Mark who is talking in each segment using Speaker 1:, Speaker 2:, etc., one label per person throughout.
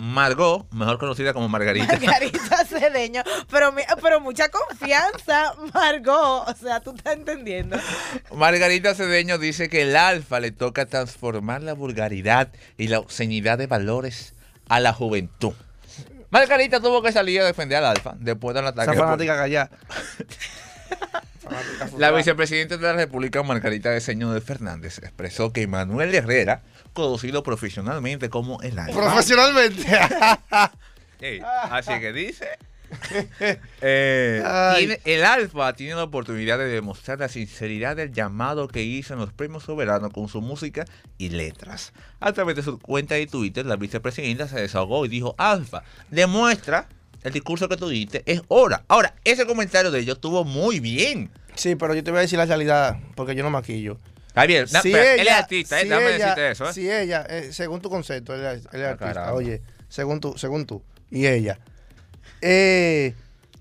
Speaker 1: Margot, mejor conocida como Margarita.
Speaker 2: Margarita Cedeño. Pero, mi- pero mucha confianza, Margot. O sea, tú estás entendiendo.
Speaker 1: Margarita Cedeño dice que el alfa le toca transformar la vulgaridad y la obscenidad de valores a la juventud. Margarita tuvo que salir a defender al alfa después de un
Speaker 3: Esa
Speaker 1: ataque.
Speaker 3: fanática callada.
Speaker 1: La vicepresidenta de la República, Margarita Cedeño de Fernández, expresó que Manuel Herrera, conocido profesionalmente como el alfa,
Speaker 3: Profesionalmente.
Speaker 1: Ey, así que dice. Eh,
Speaker 3: Ay.
Speaker 1: tiene- el Alfa tiene la oportunidad de demostrar la sinceridad del llamado que hizo en los premios soberanos con su música y letras. A través de su cuenta de Twitter, la vicepresidenta se desahogó y dijo: Alfa, demuestra el discurso que tú diste, es hora. Ahora, ese comentario de ellos estuvo muy bien.
Speaker 3: Sí, pero yo te voy a decir la realidad, porque yo no maquillo.
Speaker 1: Está bien, na-
Speaker 3: Si
Speaker 1: pero él es
Speaker 3: ella-
Speaker 1: artista, eh,
Speaker 3: si
Speaker 1: déjame
Speaker 3: ella-
Speaker 1: decirte eso. eh.
Speaker 3: Si ella, eh, según tu concepto, él es, él es
Speaker 1: Ah,
Speaker 3: artista.
Speaker 1: caramba.
Speaker 3: Oye, según tú, según tú y ella. Eh,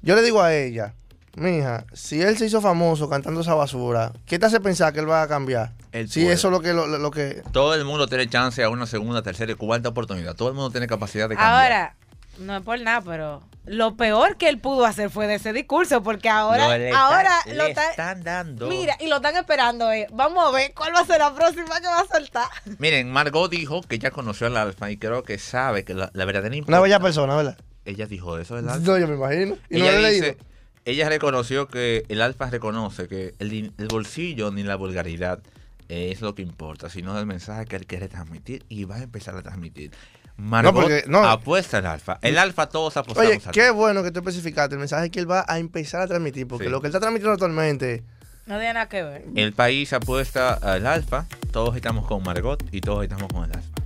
Speaker 3: yo le digo a ella, mija, si él se hizo famoso cantando esa basura, ¿qué te hace pensar que él va a cambiar?
Speaker 1: Él
Speaker 3: si
Speaker 1: puede.
Speaker 3: eso es lo que, lo, lo- lo que
Speaker 1: Todo el mundo tiene chance a una segunda, tercera y cuarta oportunidad. Todo el mundo tiene capacidad de cambiar.
Speaker 2: Ahora, no es por nada, pero lo peor que él pudo hacer fue de ese discurso, porque ahora,
Speaker 1: No, le está-
Speaker 2: ahora
Speaker 1: le
Speaker 2: lo está-
Speaker 1: están dando.
Speaker 2: Mira, y lo están esperando. eh. Vamos a ver cuál va a ser la próxima que va a soltar.
Speaker 1: Miren, Margot dijo que ella conoció al alfa y creo que sabe que la, la verdadera
Speaker 3: una
Speaker 1: importancia.
Speaker 3: bella persona, ¿verdad?
Speaker 1: Ella dijo eso, ¿verdad?
Speaker 3: pues. No, yo me imagino. Y
Speaker 1: ella
Speaker 3: no lo he
Speaker 1: dice,
Speaker 3: leído.
Speaker 1: ella reconoció que el alfa reconoce que el, din- el bolsillo ni la vulgaridad eh, es lo que importa, sino el mensaje que él quiere transmitir y va a empezar a transmitir. Margot
Speaker 3: porque- no.
Speaker 1: apuesta al alfa. El alfa todos apostamos
Speaker 3: Oye,
Speaker 1: al
Speaker 3: qué bueno que tú especificaste el mensaje que él va a empezar a transmitir, porque
Speaker 1: Sí.
Speaker 3: lo que él está transmitiendo actualmente,
Speaker 2: No tiene nada que ver.
Speaker 1: El país apuesta al alfa, todos estamos con Margot y todos estamos con el alfa.